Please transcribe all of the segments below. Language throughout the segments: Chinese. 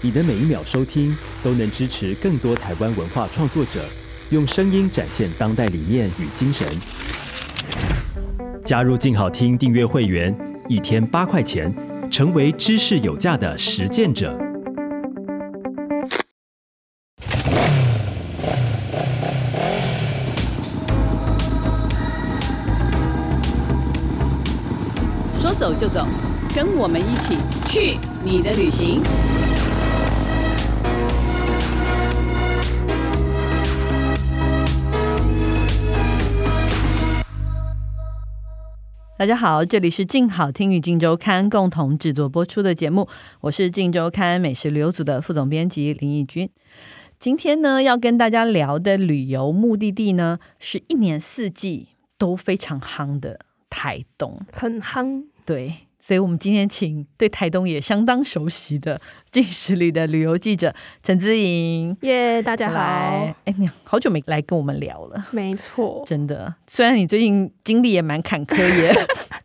你的每一秒收听都能支持更多台湾文化创作者，用声音展现当代理念与精神。加入静好听订阅会员，一天八块钱，成为知识有价的实践者。说走就走，跟我们一起去你的旅行。大家好，这里是静好听与静周刊共同制作播出的节目，我是静周刊美食旅游组的副总编辑林义君。今天呢，要跟大家聊的旅游目的地呢，是一年四季都非常夯的台东。很夯。对，所以我们今天请对台东也相当熟悉的近十里的旅游记者陈姿莹耶大家来好，。哎，你好久没来跟我们聊了。没错，真的，虽然你最近经历也蛮坎坷，也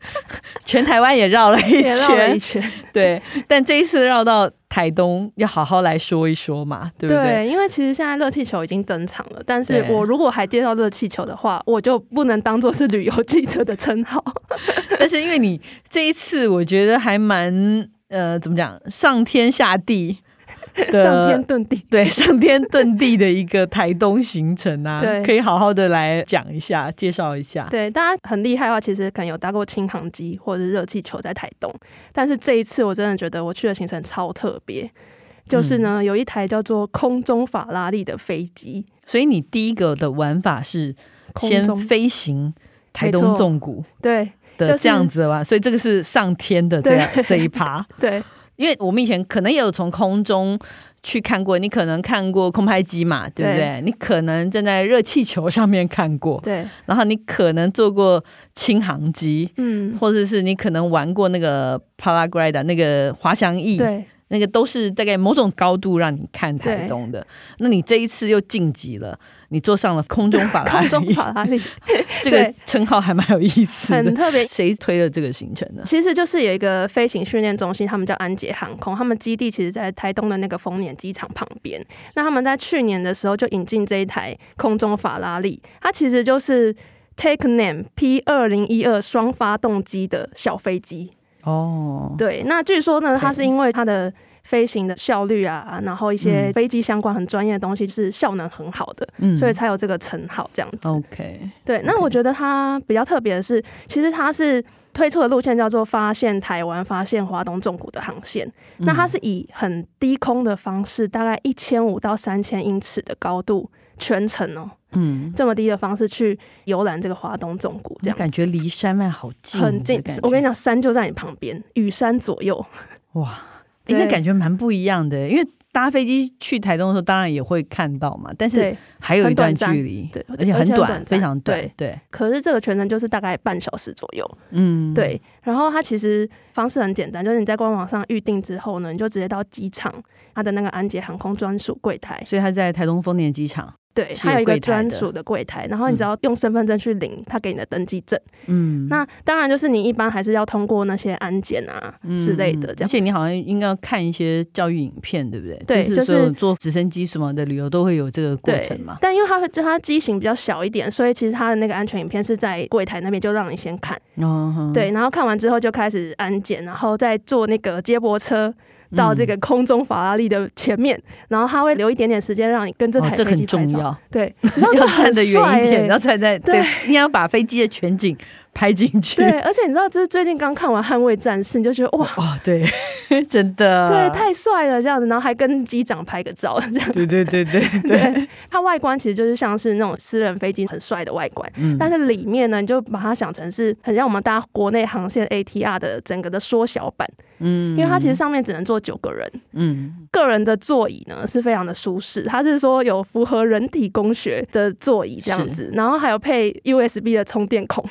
全台湾也绕了一也绕了圈一，圈。对，但这一次绕到台东，要好好来说一说嘛，对不对？对，因为其实现在热气球已经登场了，但是对我如果还介绍热气球的话，我就不能当做是旅游记者的称 号。但是因为你这一次，我觉得还蛮呃，怎么讲，上天下地的，上天遁地，对 上天遁地的一个台东行程啊，对可以好好的来讲一下，介绍一下。对大家很厉害的话，其实可能有搭过轻航机或者是热气球在台东，但是这一次我真的觉得我去的行程超特别。就是呢，嗯有一台叫做空中法拉利的飞机，所以你第一个的玩法是空先中飞行台没东错纵谷。对的就是这样子吧，所以这个是上天的这样对这一趴，对因为我们以前可能也有从空中去看过，你可能看过空拍机嘛，对不对？你可能站在热气球上面看过，对，然后你可能坐过轻航机，嗯，或者是你可能玩过那个 paraglide 那个滑翔翼，对那个都是大概某种高度让你看台对东的。那你这一次又晋级了，你坐上了空中法拉空中利，法拉利 这个对称号还蛮有意思很的。特别，谁推了这个行程呢？其实就是有一个飞行训练中心，他们叫安捷航空，他们基地其实在台东的那个丰年机场旁边。那他们在去年的时候就引进这一台空中法拉利，它其实就是 Take Name P 二零一二双发动机的小飞机。哦，对，那据说呢，它对是因为它的飞行的效率啊，然后一些嗯飞机相关很专业的东西是效能很好的，嗯所以才有这个称号这样子。 OK，对，那 OK 我觉得它比较特别的是，其实它是推出的路线叫做“发现台湾、发现华东纵谷”的航线。那嗯它是以很低空的方式，大概一千五到三千英尺的高度，全程哦嗯，这么低的方式去游览这个华东纵谷，我这样感觉离山脉好近，很近。我跟你，讲，山就在你旁边，雨山左右。哇，应对该感觉蛮不一样的，因为。搭飞机去台东的时候，当然也会看到嘛，但是对，还有一很段短距暂离，对而且而且很短，短非暂常短对，对，可是这个全程就是大概半小时左右。嗯，，对，然后它其实方式很简单，就是你在官网上预定之后呢，你就直接到机场它的那个安捷航空专属柜台，所以他在台东丰年机场，对，是它有有一柜个台的专属的柜台，然后你只要用身份证去领它给你的登机证。嗯，那当然就是你一般还是要通过那些安检啊嗯之类的嗯这而样。且你好像应该要看一些教育影片，对不对？对就是就所有是坐直升机什么的旅游都会有这个过对程嘛，。但因为它会它机型比较小一点，所以其实它的那个安全影片是在柜台那边就让你先看，嗯，对，然后看完之后就开始安检，然后再坐那个接驳车，嗯到这个空中法拉利的前面，然后他会留一点点时间让你跟这哦台这飞很机拍重照。要，对， 你知道 这要站很得帅远一点， 欸要站在对，你要把飞机的全景拍进去。对，而且你知道，就是最近刚看完《捍卫战士》，你就觉得哇， 哦，对， 真的，对，太帅了这样子，然后还跟机长拍个照这样。对对对对对，对，它外观其实就是像是那种私人飞机很帅的外观，嗯但是里面呢，你就把它想成是很像我们搭国内航线 ATR 的整个的缩小版，嗯因为它其实上面只能坐九个人，嗯个人的座椅呢是非常的舒适，它是说有符合人体工学的座椅这样子，然后还有配 USB 的充电孔，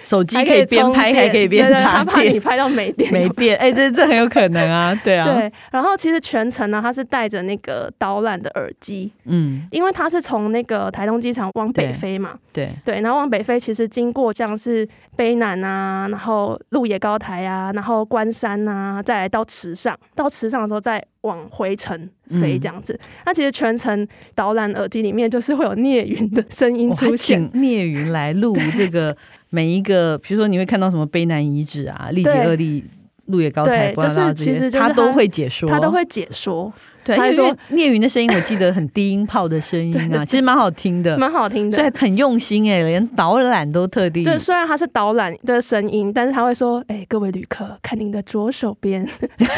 手机还可以边拍还可以边他插怕你电，拍到没电。没电，哎，这这很有可能啊，对啊，对，然后其实全程呢，他是戴着那个导览的耳机，嗯，因为他是从那个台东机场往北对飞嘛，对，对，然后往北飞其实经过像是卑南啊，然后鹿野高台啊，然后关山啊，再来到池上，到池上的时候再往回程飞嗯这样子。那其实全程导览耳机里面就是会有聂云的声音我出还现。请聂云来录这个每一个，比如说你会看到什么卑南遗址啊、历劫对恶历、路野高台，对不知道就是到这些其实就是他他都会解说，他都会解说，对，他因还为说聂云的声音我记得很低音炮的声 音啊，其实蛮好听的，蛮好听所以的。很用心哎，连导览都特地就虽然他是导览的声音，但是他会说：“哎、各位旅客，看您的左手边，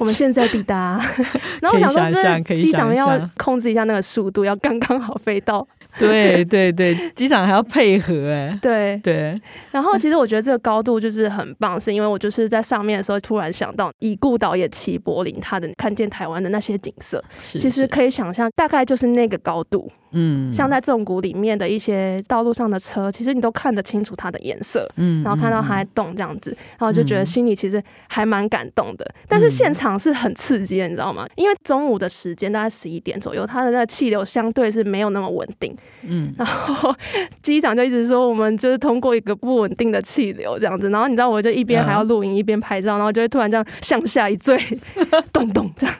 我们现在抵达。” 然后我想说，可以想象可是以机长想要象控制一下那个速度，要刚刚好飞到。对对对，机长还要配合哎，对，对，然后其实我觉得这个高度就是很棒，是因为我就是在上面的时候突然想到已故导演齐柏林他的看见台湾的那些景色，是其实是可以想象大概就是那个高度，嗯像在纵谷里面的一些道路上的车，其实你都看得清楚它的颜色。嗯然后看到嗯它在动这样子，然后就觉得心里其实还蛮感动的。但嗯是现场是很刺激的，你知道吗？因为中午的时间大概十一点左右，它的那个气流相对是没有那么稳定。嗯 然后 机长就一直说我们就是通过一个不稳定的气流这样子，然后你知道我就一边嗯还要录影一边拍照，然后就会突然这样向下 一坠，咚咚这样，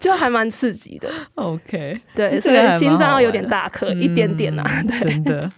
就还蛮刺激的。 OK， 对，这所个还以蛮心脏要有点好玩的嗯大颗，一点点啊，对。真的。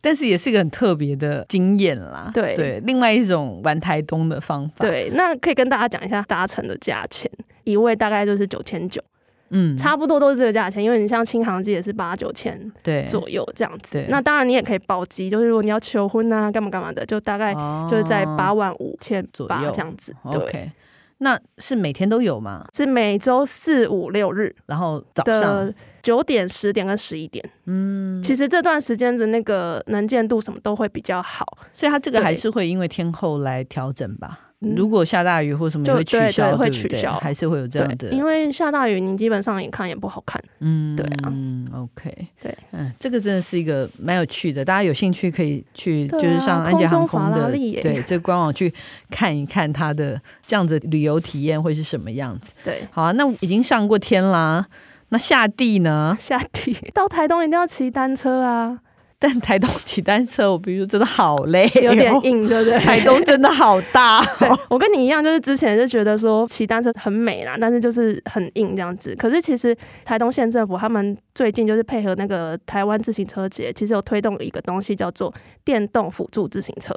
但是也是一个很特别的经验啦，对对，另外一种玩台东的方法，， 对，那可以跟大家讲一下搭乘的价钱，一位大概就是九千九，嗯，差不多都是这个价钱，因为你像轻航机也是八九千对左右这样子对。那当然你也可以包机，就是如果你要求婚啊，干嘛干嘛的，就大概哦就是在八万五千左八右这样子。对， OK，那是每天都有嘛？是每周四五六日然后早上的九点、十点跟十一点。嗯，其实这段时间的那个能见度什么都会比较好，所以它这个对还是会因为天候来调整吧。嗯如果下大雨或什么，就也会取对消，对会不取消还是会有这对样的，，因为下大雨，你基本上也看也不好看。嗯，对啊嗯，OK，对，嗯，这个真的是一个蛮有趣的，大家有兴趣可以去，对就啊是上安捷航空空中法的拉利耶对这官网去看一看它的这样子旅游体验会是什么样子。对，好啊，那已经上过天啦，那 下地呢？下地到台东一定要骑单车啊，但台东骑单车，我比如说真的好累、有点。硬，对不 对？哎台东真的好大，对，我跟你一样，就是之前就觉得说骑单车很美啦，但是就是很硬这样子。可是其实台东县政府他们最近就是配合那个台湾自行车节，其实有推动一个东西叫做电动辅助自行车，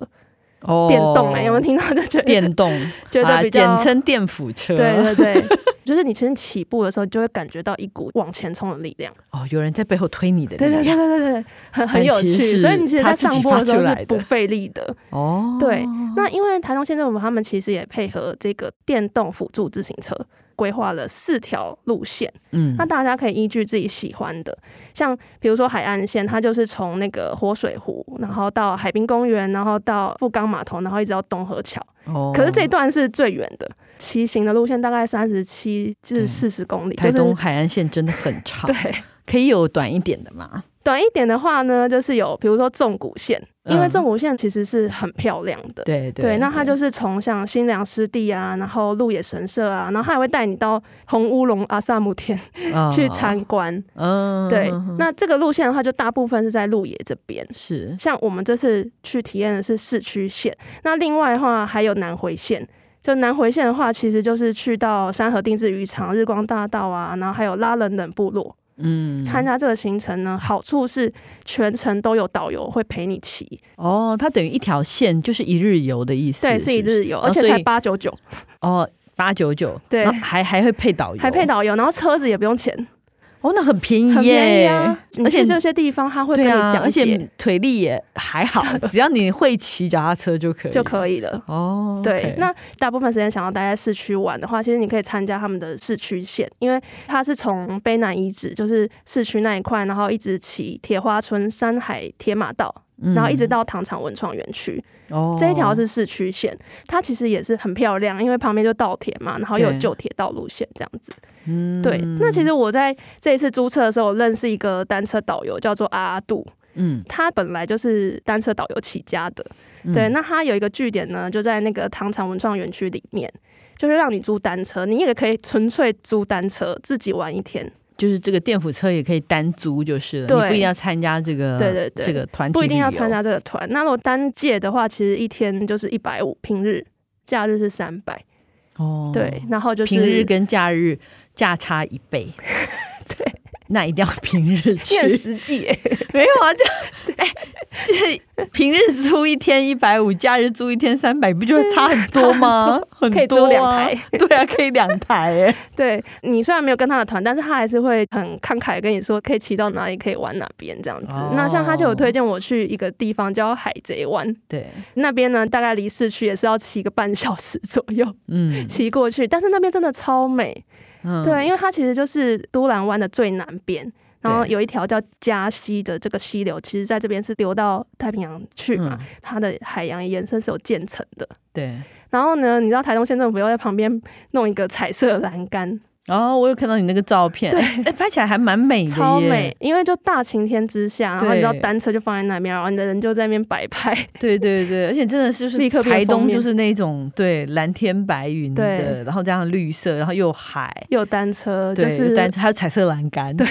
哦 电动哎、有没有听到就觉得电动， 觉得啊比较、简称电辅车。对 对对，就是你其实起步的时候，你就会感觉到一股往前冲的力 量。哦，有人在背后推你的对力对量，对对对对，很但很有其实趣。是所以你其实，他在自己上坡的时候发出来的是不费力的。哦，对，那因为台东县政府他们其实也配合这个电动辅助自行车，规划了四条路线，嗯那大家可以依据自己喜欢的，像比如说海岸线，它就是从那个活水湖，然后到海滨公园，然后到富冈码头，然后一直到东河桥。哦可是这一段是最远的，骑行的路线大概三十七至四十公里，嗯台就东 是海岸线真的很长，对。可以有短一点的嘛？短一点的话呢，就是有比如说纵谷线， 因为嗯纵谷线其实是很漂亮的，对对，那它就是从像新凉湿地啊，然后鹿野神社啊，然后它还会带你到红乌龙阿萨姆田去参，观。嗯嗯对嗯嗯，那这个路线的话，就大部分是在鹿野这边。是像我们这次去体验的是市区线，那另外的话还有南回线。就南回线的话，其实就是去到山河定制渔场、日光大道啊，然后还有拉冷冷部落。嗯参加这个行程呢，好处是全程都有导游会陪你骑，哦，它等于一条线就是一日游的意思，对，是一不日游，哦而且所才以八九九，哦。八九九，对然后还还会配导游，还配导游，然后车子也不用钱。哦，那很便宜耶，很便宜啊！而而且且这些地方他会跟对你啊，讲而解且腿力也还 好，只要你会骑脚踏车就可以，就可以了。哦，对，那大部分时间想要待在市区玩的话，其实你可以参加他们的市区线，因为它是从卑南遗址，就是市区那一块，然后一直骑铁花村、山海铁马道，嗯然后一直到糖厂文创园区，哦这一条是市区线，它其实也是很漂亮，因为旁边就稻田嘛，然后又有对旧铁道路线这样子。嗯对，那其实我在这一次租车的时候，我认识一个单车导游，叫做阿杜。嗯，他本来就是单车导游起家的，对。嗯那他有一个据点呢，就在那个糖厂文创园区里面，就是让你租单车，你也可以纯粹租单车自己玩一天，就是这个电辅车也可以单租，就是了对你不一定要参加这个对对对这个团体，不一定要参。加这个嗯团。那如果单届的话，其实一天就是一百五，平日。假日是三百，哦，对，，然后就是平日跟假日价差一倍， 对，那一定要平日去念。实际、欸，没有啊，就 哎，这平日租一天一百五，假日租一天三百，不就差很多吗？很多、啊、 可以租两台， 对啊，可以两台哎。 对你虽然没有跟他的团，但是他还是会很慷慨地跟你说可以骑到哪里，可以玩哪边这样子。哦那像他就有推荐我去一个地方叫海贼湾，对，那边呢大概离市区也是要骑个半小时左右嗯骑过去，但是那边真的超美，嗯， 对，因为它其实就是都兰湾的最南边。然后对有一条叫加西的这个溪流，其实在这边是流到太平洋去嘛，嗯它的海洋延伸是有建成的。对。然后呢，你知道台东县政府又在旁边弄一个彩色栏杆，然哦后我有看到你那个照片，对哎，拍起来还蛮美的，超美，，因为就大晴天之下，然后对你知道单车就放在那边，然后你的人就在那边摆拍，对对对，而且真的是就是立刻变台封东面就是那种对蓝天白云的，对然后加上绿色，然后又有海，又有单车，就对，是但还有彩色栏杆，对，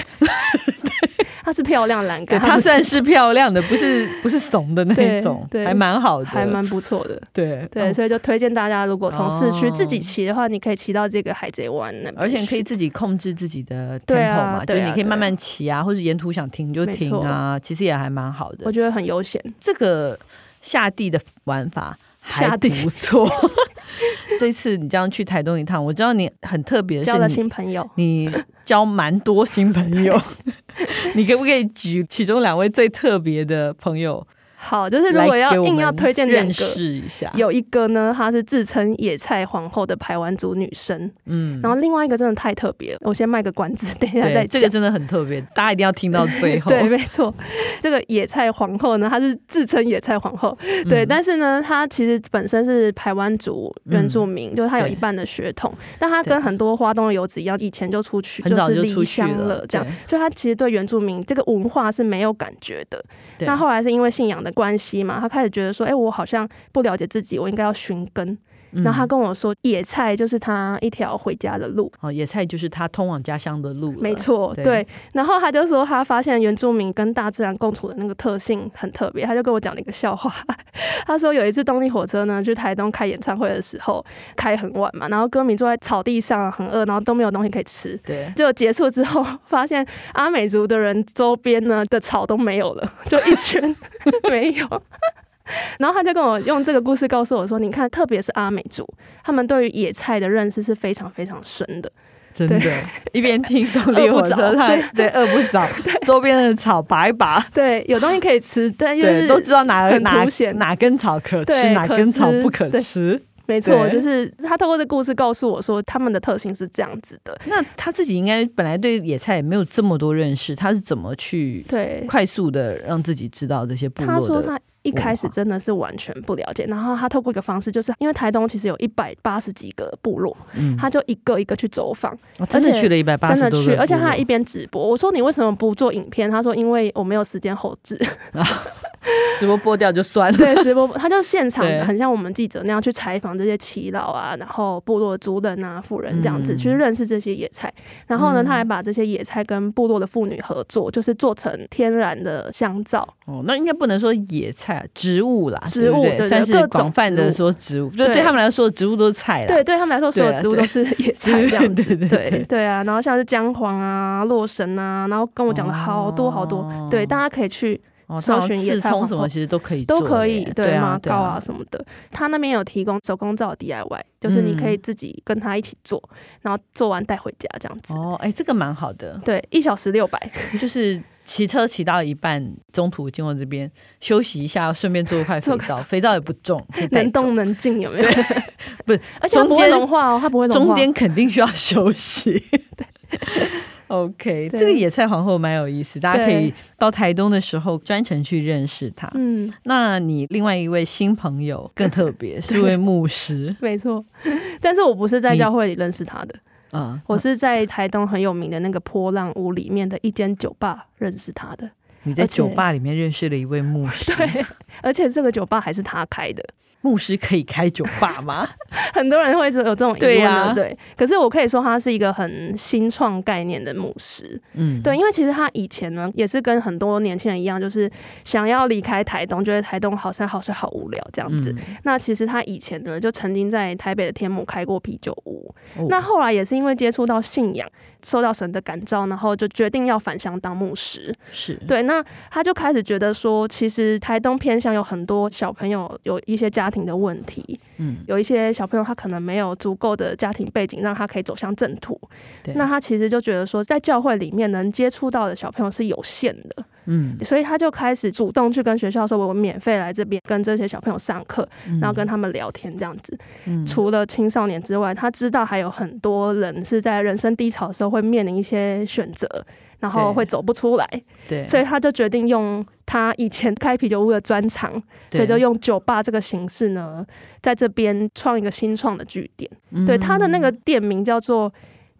它是漂亮栏杆，它不是算是漂亮的，不 是不是怂的那对种，对还蛮好的，还蛮不错的。对对，嗯所以就推荐大家，如果从市区哦自己骑的话，你可以骑到这个海贼湾那边去，而且可以自己控制自己的 tempo 对啊嘛，就对是啊你可以对啊慢慢骑啊，或者沿途想停就停啊，其实也还蛮好我的。觉得很悠闲。这个下地的玩法还下地不错。 这次你这样去台东一趟，我知道你很特别，交了是你新朋友，你交蛮多新朋友， 你可不可以举其中两位最特别的朋友好，就是如来果要给我硬要们推荐两认个。识一下？有一个呢，她是自称野菜皇后的排湾族女生，嗯，然后另外一个真的太特别了，我先卖个关子，等一下再对，讲。这个真的很特别，大家一定要听到最后。 对，没错，这个野菜皇后呢，她是自称野菜皇后，对，嗯但是呢，她其实本身是台湾族原住民，就是她有一半的血统，但她跟对很多花东的游子一样，以前就出 去，很早是就出离去乡了，这样，所以她其实对原住民这个文化是没有感觉的。对。那后来是因为信仰的关系嘛，她开始觉得说，哎、我好像不了解自己，我应该要寻根。嗯然后她跟我说，野菜就是她一条回家的路，哦，野菜就是他通往家乡的路了没，错，对对然后他就说，他发现原住民跟大自然共处的那个特性很特别，他就跟我讲了一个笑话。 他说有一次动力火车呢去台东开演唱会的时候，开很晚嘛，然后歌迷坐在草地上很饿，然后都没有东西可以吃。对，结果结束之后，发现阿美族的人周边呢的草都没有了， 就一圈没有。 然后他就跟我用这个故事告诉我说：“你看，特别是阿美族，他们对于野菜的认识是非常非常深的。”真的， 一边听动力火车，饿不着他对饿不着， 周边的草拔一拔，对，有东西可以吃，但就对，是都知道哪很哪凸显哪根草可吃，对哪可根草吃不可对吃。没错，对就是他透过这故事告诉我说，他们的特性是这样子的。那他自己应该本来对野菜也没有这么多认识，他是怎么去对，快速的让自己知道这些部他落说的？他一开始真的是完全不了解，然后他透过一个方式，就是因为台东其实有一百八十几个部落，嗯，他就一个一个去走访，哦真的而且去了一百八真十的多去，个而且他还部一边直播。我说你为什么不做影片？他说因为我没有时间后置。落直播播掉就算了。对，直播他就现场对很像我们记者那样去采访这些耆老啊，然后部落族人啊、妇人这样子、嗯去认识这些野菜。然后呢，嗯他还把这些野菜跟部落的妇女合作，就是做成天然的香皂。 哦，那应该不能说野菜，植物啦，植物对不对对对算是各种广泛的植物说植物，就对对他们来说，植物都是菜啦。对，对他们来说，所 有对啊植物对都是野植菜物这样子。对对对对对啊，然后像是姜黄啊、洛神啊，然后跟我讲了好多好多。哦对，大家可以去哦，搜它好像寻野刺菜葱皇什么后其实都可以都做可的以，耶对，啊麻膏啊啊什么的，他那边有提供手工皂 DIY，就是嗯你可以自己跟他一起做，然后做完带回家这样子。，哦，哎，这个蛮好的对，一小时六百，就是骑车骑到一半，中途经过这边休息一下，顺便做一块肥做个皂，肥皂也不重，可以带能走动能静，有没有？ 不是，而且它不会中间融化哦，它不会融中化。间肯定需要休息。OK，对这个野菜皇后蛮有意思，大家可以对到台东的时候专程去认识她。嗯，那你另外一位新朋友更特 别，是位牧师没错。 但是我不是在你教会里认识他的，啊，我是在台东很有名的那个波浪屋里面的一间酒吧认识他的。你在而且酒吧里面认识了一位牧师，对，而且这个酒吧还是他开的，牧师可以开酒吧吗？很多人会有这种疑问，对对呀不对？可是我可以说他是一个很新创概念的牧师， 嗯，对，因为其实他以前呢也是跟很多年轻人一样，就是想要离开台东，觉得台东好山好水好无聊这样嗯子。那其实他以前呢就曾经在台北的天母开过啤酒屋，嗯，那哦后来也是因为接触到信仰，受到神的感召，然后就决定要返乡当牧师。是对，那他就开始觉得说，其实台东偏向有很多小朋友有一些家庭的问题，嗯，有一些小朋友他可能没有足够的家庭背景，让他可以走向正途。对那他其实就觉得说，在教会里面能接触到的小朋友是有限的，嗯，所以他就开始主动去跟学校说，我免费来这边跟这些小朋友上课，嗯然后跟他们聊天这样子。嗯除了青少年之外，他知道还有很多人是在人生低潮的时候会面临一些选择，然后对会走不出来。对，所以他就决定用他以前开啤酒屋的专长，对所以就用酒吧这个形式呢，在这边创一个新创的据点。嗯对，他的那个店名叫做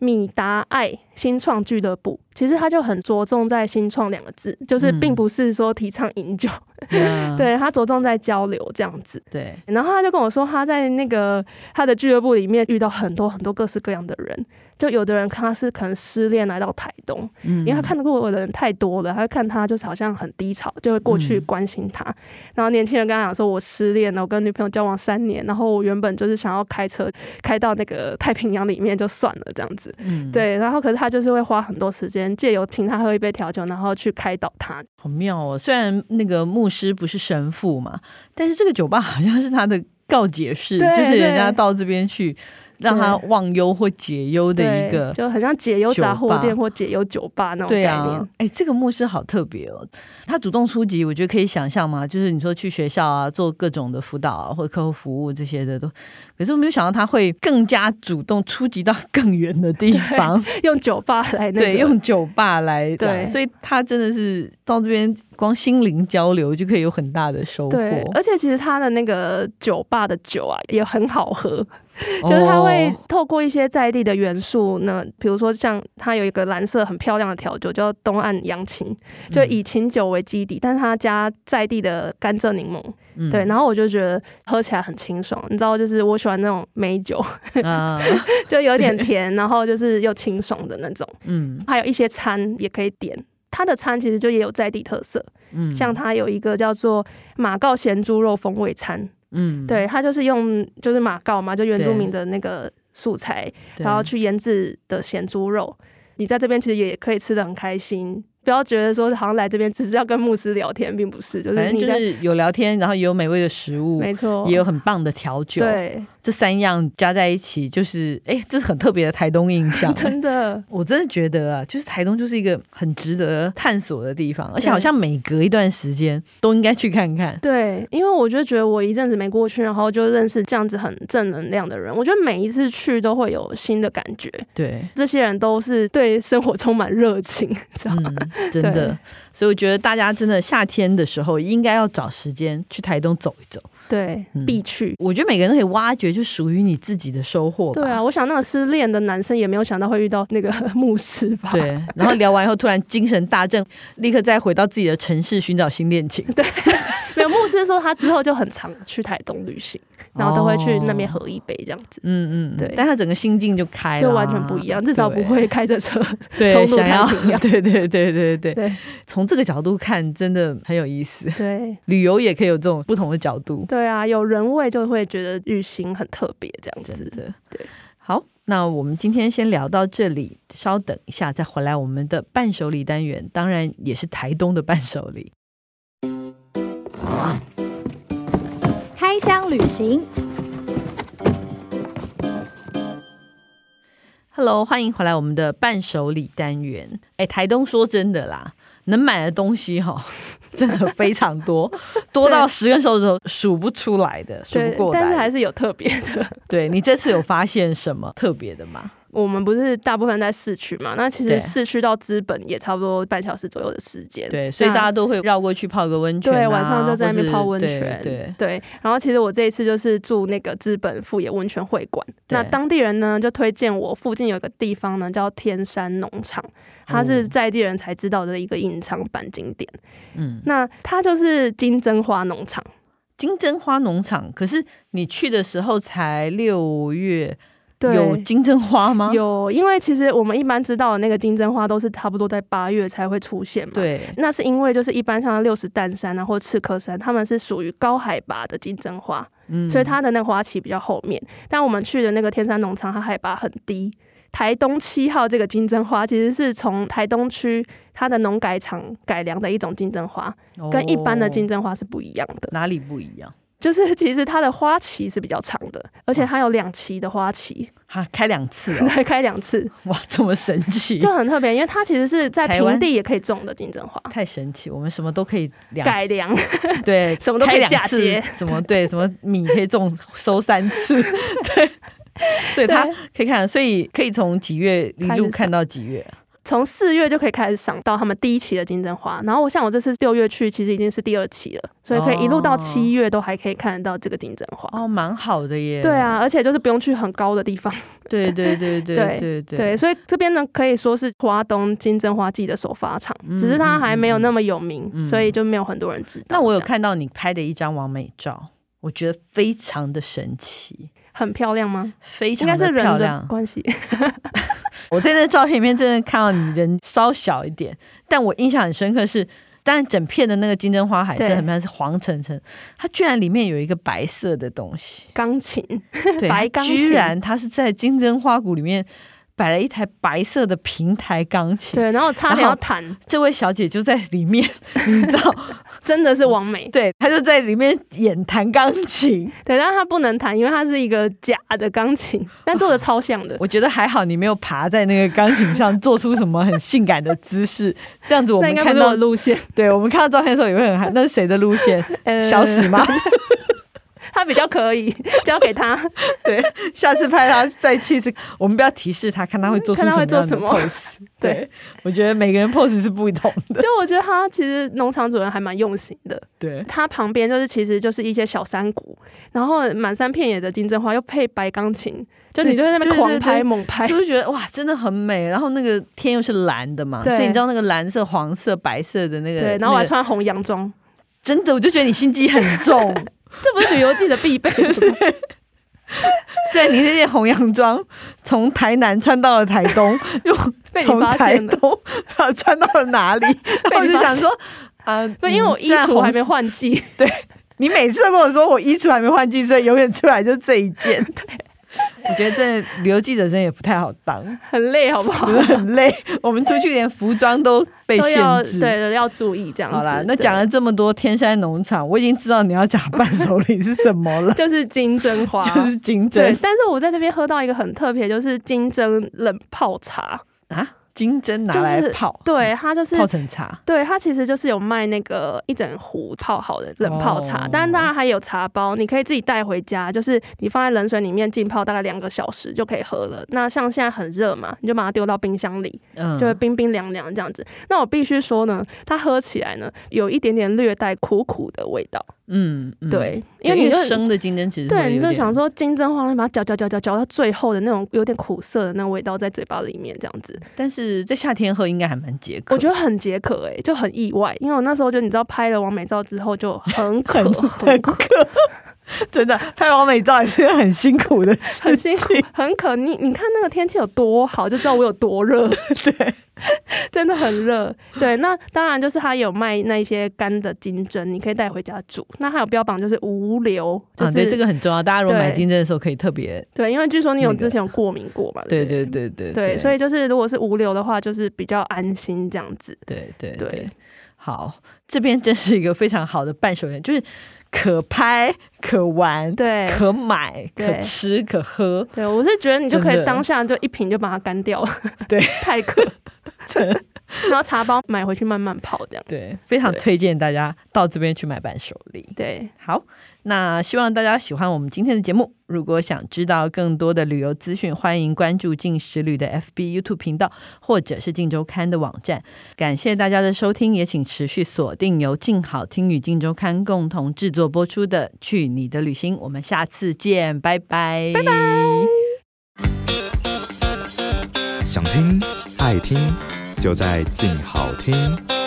米达爱新创俱乐部。其实他就很着重在“新创”两个字，就是嗯并不是说提倡饮酒，嗯 对他着重在交流这样子。对然后他就跟我说，他在那个他的俱乐部里面遇到很多很多各式各样的人，就有的人他是可能失恋来到台东，嗯，因为他看过我的人太多了，他会看他就是好像很低潮，就会过去嗯关心他。然后年轻人跟他讲说，我失恋了，我跟女朋友交往三年，然后我原本就是想要开车开到那个太平洋里面就算了这样子。嗯，对，然后可是他就是会花很多时间，借由请他喝一杯调酒，然后去开导他。好妙哦！虽然那个牧师不是神父嘛，但是这个酒吧好像是他的告解室，对就是人家对到这边去让他忘忧或解忧的对，一个。就很像解忧杂货酒店吧或解忧酒吧那种对概念。啊，哎、这个牧师好特别哦，他主动出击，我觉得可以想象嘛，就是你说去学校啊，做各种的辅导啊，或者客户服务这些的都，可是我没有想到他会更加主动出击到 更远的地方，用酒吧来 那个，对，用酒吧来讲，对所以他真的是到这边光心灵交流就可以有很大的收获，对，而且其实他的那个酒吧的酒啊也很好喝，哦就是它会透过一些在地的元素呢，比如说像它有一个蓝色很漂亮的调酒叫东岸洋芹，就嗯以琴酒为基底，但是它加在地的甘蔗柠檬，嗯对，然后我就觉得喝起来很清爽，你知道，就是我喜欢那种美酒， 啊，就有点甜，然后就是又清爽的那种，嗯还有一些餐也可以点。它的餐其实就也有在地特色，嗯， 像它有一个叫做马告咸猪肉风味餐，嗯，对，它就是用就是马告嘛，就原住对民的那个素材，对，然后去腌制的咸猪肉。你在这边其实也可以吃的很开心，不要觉得说好像来这边只是要跟牧师聊天，并不是，就反是正你就在、是有聊天，然后也有美味的食物，没错，也有很棒的调酒，，对，。这三样加在一起就是，哎，这是很特别的台东印象真的我 真的觉得啊，就是台东就是一个很值得探索的地方，而且对好像每隔一段时间都应该去看看。对，因为我就觉得我一阵子没过去，然后就认识这样子很正能量的人，我觉得每一次去都会有新的感觉。对，这些人都是对生活充满热情，知道吗？嗯，真的。所以我觉得大家真的夏天的时候应该要找时间去台东走一走。对嗯，必去。我觉得每个人都可以挖掘就属于你自己的收获吧。对啊，我想那个失恋的男生也没有想到会遇到那个 牧师吧？对， 然后聊完以后突然精神大振，立刻再回到自己的城市寻找新恋情， 没有牧师说他之后就很常去台东旅行， 然后都会去那边哦喝一杯这样子，嗯嗯，嗯对但他整个心境就开了，就完全不一样，至少不会开着车。对 冲入想要太平洋 对对对对对，对从这个角度看，真的很有意思。对旅游也可以有这种不同的角度，对啊，有人味就会觉得旅行很特别这样真子。的对。好，那我们今天先聊到这里，稍等一下再回来我们的伴手礼单元，当然也是台东的伴手礼。开箱旅行， Hello，欢迎回来我们的伴手礼单元。哎，台东说真的啦，能买的东西哈、 真的非常 多，多到十根手指头数不出来的，数不对过，来的。 但是还是有特别的。对你这次有发现什么特别的吗？我们不是大部分在市区嘛，那其对实市区到资本也差不多半小时左右的时 间。对，所以那大家都会绕过去泡个温泉、啊，对，晚上就在那边或是泡温对泉。对，然后其实我这一次就是住那个资本富野温泉会馆，对那当地人呢就推荐我附近有一个地方呢叫天山农场，它哦是在地人才知道的一个隐藏版景点。嗯，那它就是金针花农场，金针花农场，可是你去的时候才六月，对，有金针花吗？，有，因为其实我们一般知道的那个金针花都是差不多在八月才会出现嘛。。对，那是因为就是一般像六十担山啊或赤科山，它们是属于高海拔的金针花，嗯所以它的那个花期比较后面。但我们去的那个天山农场，它海拔很低。台东七号这个金针花其实是从台东区它的农改场改良的一种金针花，跟一般的金针、针花是不一样的。哦哪里不一样？就是其实它的花期是比较长的，而且哇它有两期的花期，哈，开两次 哦，来开 两次。哇，这么神奇，就很特别，因为它其实是在台湾平地也可以种的金针花，太神奇，我们什么都可以两改良对，什么都可以开两嫁次接，什么对，什么米可以种收三次， 对，所以它对可以看，所以可以从几月一开始路上看到几月，从四月就可以开始赏到他们第一期的金针花。然后我像我这次六月去，其实已经是第二期了，所以可以一路到七月都还可以看得到这个金针花。哦，蛮好的耶，对，啊，而且就是不用去很高的地方，对对对对 对对对，所以这边呢可以说是花东金针花季的首发场，嗯只是它还没有那么有名，嗯嗯所以就没有很多人知道。那我有这样看到你拍的一张完美照，我觉得非常的神奇，很漂亮吗？非应常该是的漂人的亮。关系， 我在那照片里面真的看到你人稍小一点，但我印象很深刻是，当然整片的那个金针花海是对很漂亮，是黄澄澄，它居然里面有一个白色的东西， 钢琴对，白它钢琴居然它是在金针花谷里面摆了一台白色的平台钢琴，对，然后差点然后要弹，这位小姐就在里面， 你知 道，真的是完美。嗯对，她就在里面演弹钢 琴。对，但是它不能弹，因为它是一个假的钢琴，但做的超像的。我觉得还好你没有爬在那个钢琴上做出什么很性感的姿 势，这样子我们那应该看不是我到的，路线，对我们看到照片的时候也会很害，那是谁的路线？ 呃，小史吗？他比较 可以，交给他。对，下次拍他再去一次，我们不要提示他，看他会做出看什他么会做样的什么 pose。 对对，我觉得每个人 pose 是不同 的。就我觉得他其实农场主人还蛮用心的，对，他旁边就是其实就是一些小山谷，然后满山遍野的金针花，又配白钢琴，就对你就在那边对对狂对拍猛拍就。会觉得哇，真的很美。然后那个天又是蓝的嘛，对所以你知道那个蓝色、黄色、白色的那个，对，然后我那还个穿红洋装，真的，我就觉得你心机很 重。这不是旅游季的必 备吗。虽然你那件红洋装从台南穿到了台东， 又被你从发台现了东 不知道穿到了哪里，然后我就发想现说，啊、不，因为嗯我衣虽然橱红还没换季， 你每次都跟我说我衣橱还没换季，所以永远出来就这一 件。对，我觉得这旅游记者真的也不太好 当，很累，好不好真？的很累。我们出去连服装都被都要限对制。对要注意这样子。好啦，那对，讲了这么多天山农场，我已经知道你要讲伴手礼是什么了 就是金针花， 就是金对针，但是我在这边喝到一个很特别，就是金针冷泡茶。啊，金针拿来就是泡，对，它就是泡成茶。对它其实就是有卖那个一整壶泡好的冷泡茶，哦但当然还有茶包，你可以自己带回家，就是你放在冷水里面浸泡大概两个小时就可以喝了。那像现在很热嘛，你就把它丢到冰箱里，嗯，就会冰冰凉凉这样子。那我必须说呢，它喝起来呢有一点点略带苦苦的味道，嗯，嗯对，对因为你就生的金针其实对，会有你就点想说金针花，你把它嚼嚼嚼嚼嚼到最后的那种有点苦涩的那种味道在嘴巴里面，这样子，但是在夏天喝应该还蛮解渴。我觉得很解渴诶、就很意外，因为我那时候就你知道拍了完美照之后就 很渴，很渴，真的拍完美照也是很辛苦的事情，很辛苦，很渴。你你看那个天气有多好，就知道我有多热， 对， 真的很热。对，那当然就是它有卖那一些干的金针，你可以带回家煮。那还有标榜就是无硫，就 是、啊，对，这个很重要。大家如果对买金针的时候，可以特别，对，因为据说你有那个之前有过敏过嘛，对不对对对对，所以就是如果是无流的话，就是比较安心这样子。对对对对，好，这边真是一个非常好的伴手礼，就是可拍、可玩、对可买、对可吃、可喝， 对，我是觉得你就可真以的 当下就一瓶就把它干掉了，对，太渴。真的然后茶包买回去慢慢泡这样。对，非常对推荐大家到这边去买伴手礼。对，好，那希望大家喜欢我们今天的节目。如果想知道更多的旅游资讯，欢迎关注静时旅的 FB、YouTube 频道，或者是静周刊的网站。感谢大家的收听，也请持续锁定由静好听与静周刊共同制作播出的《去你的旅行》，我们下次见，拜拜，拜拜。想听爱听，就在静好听。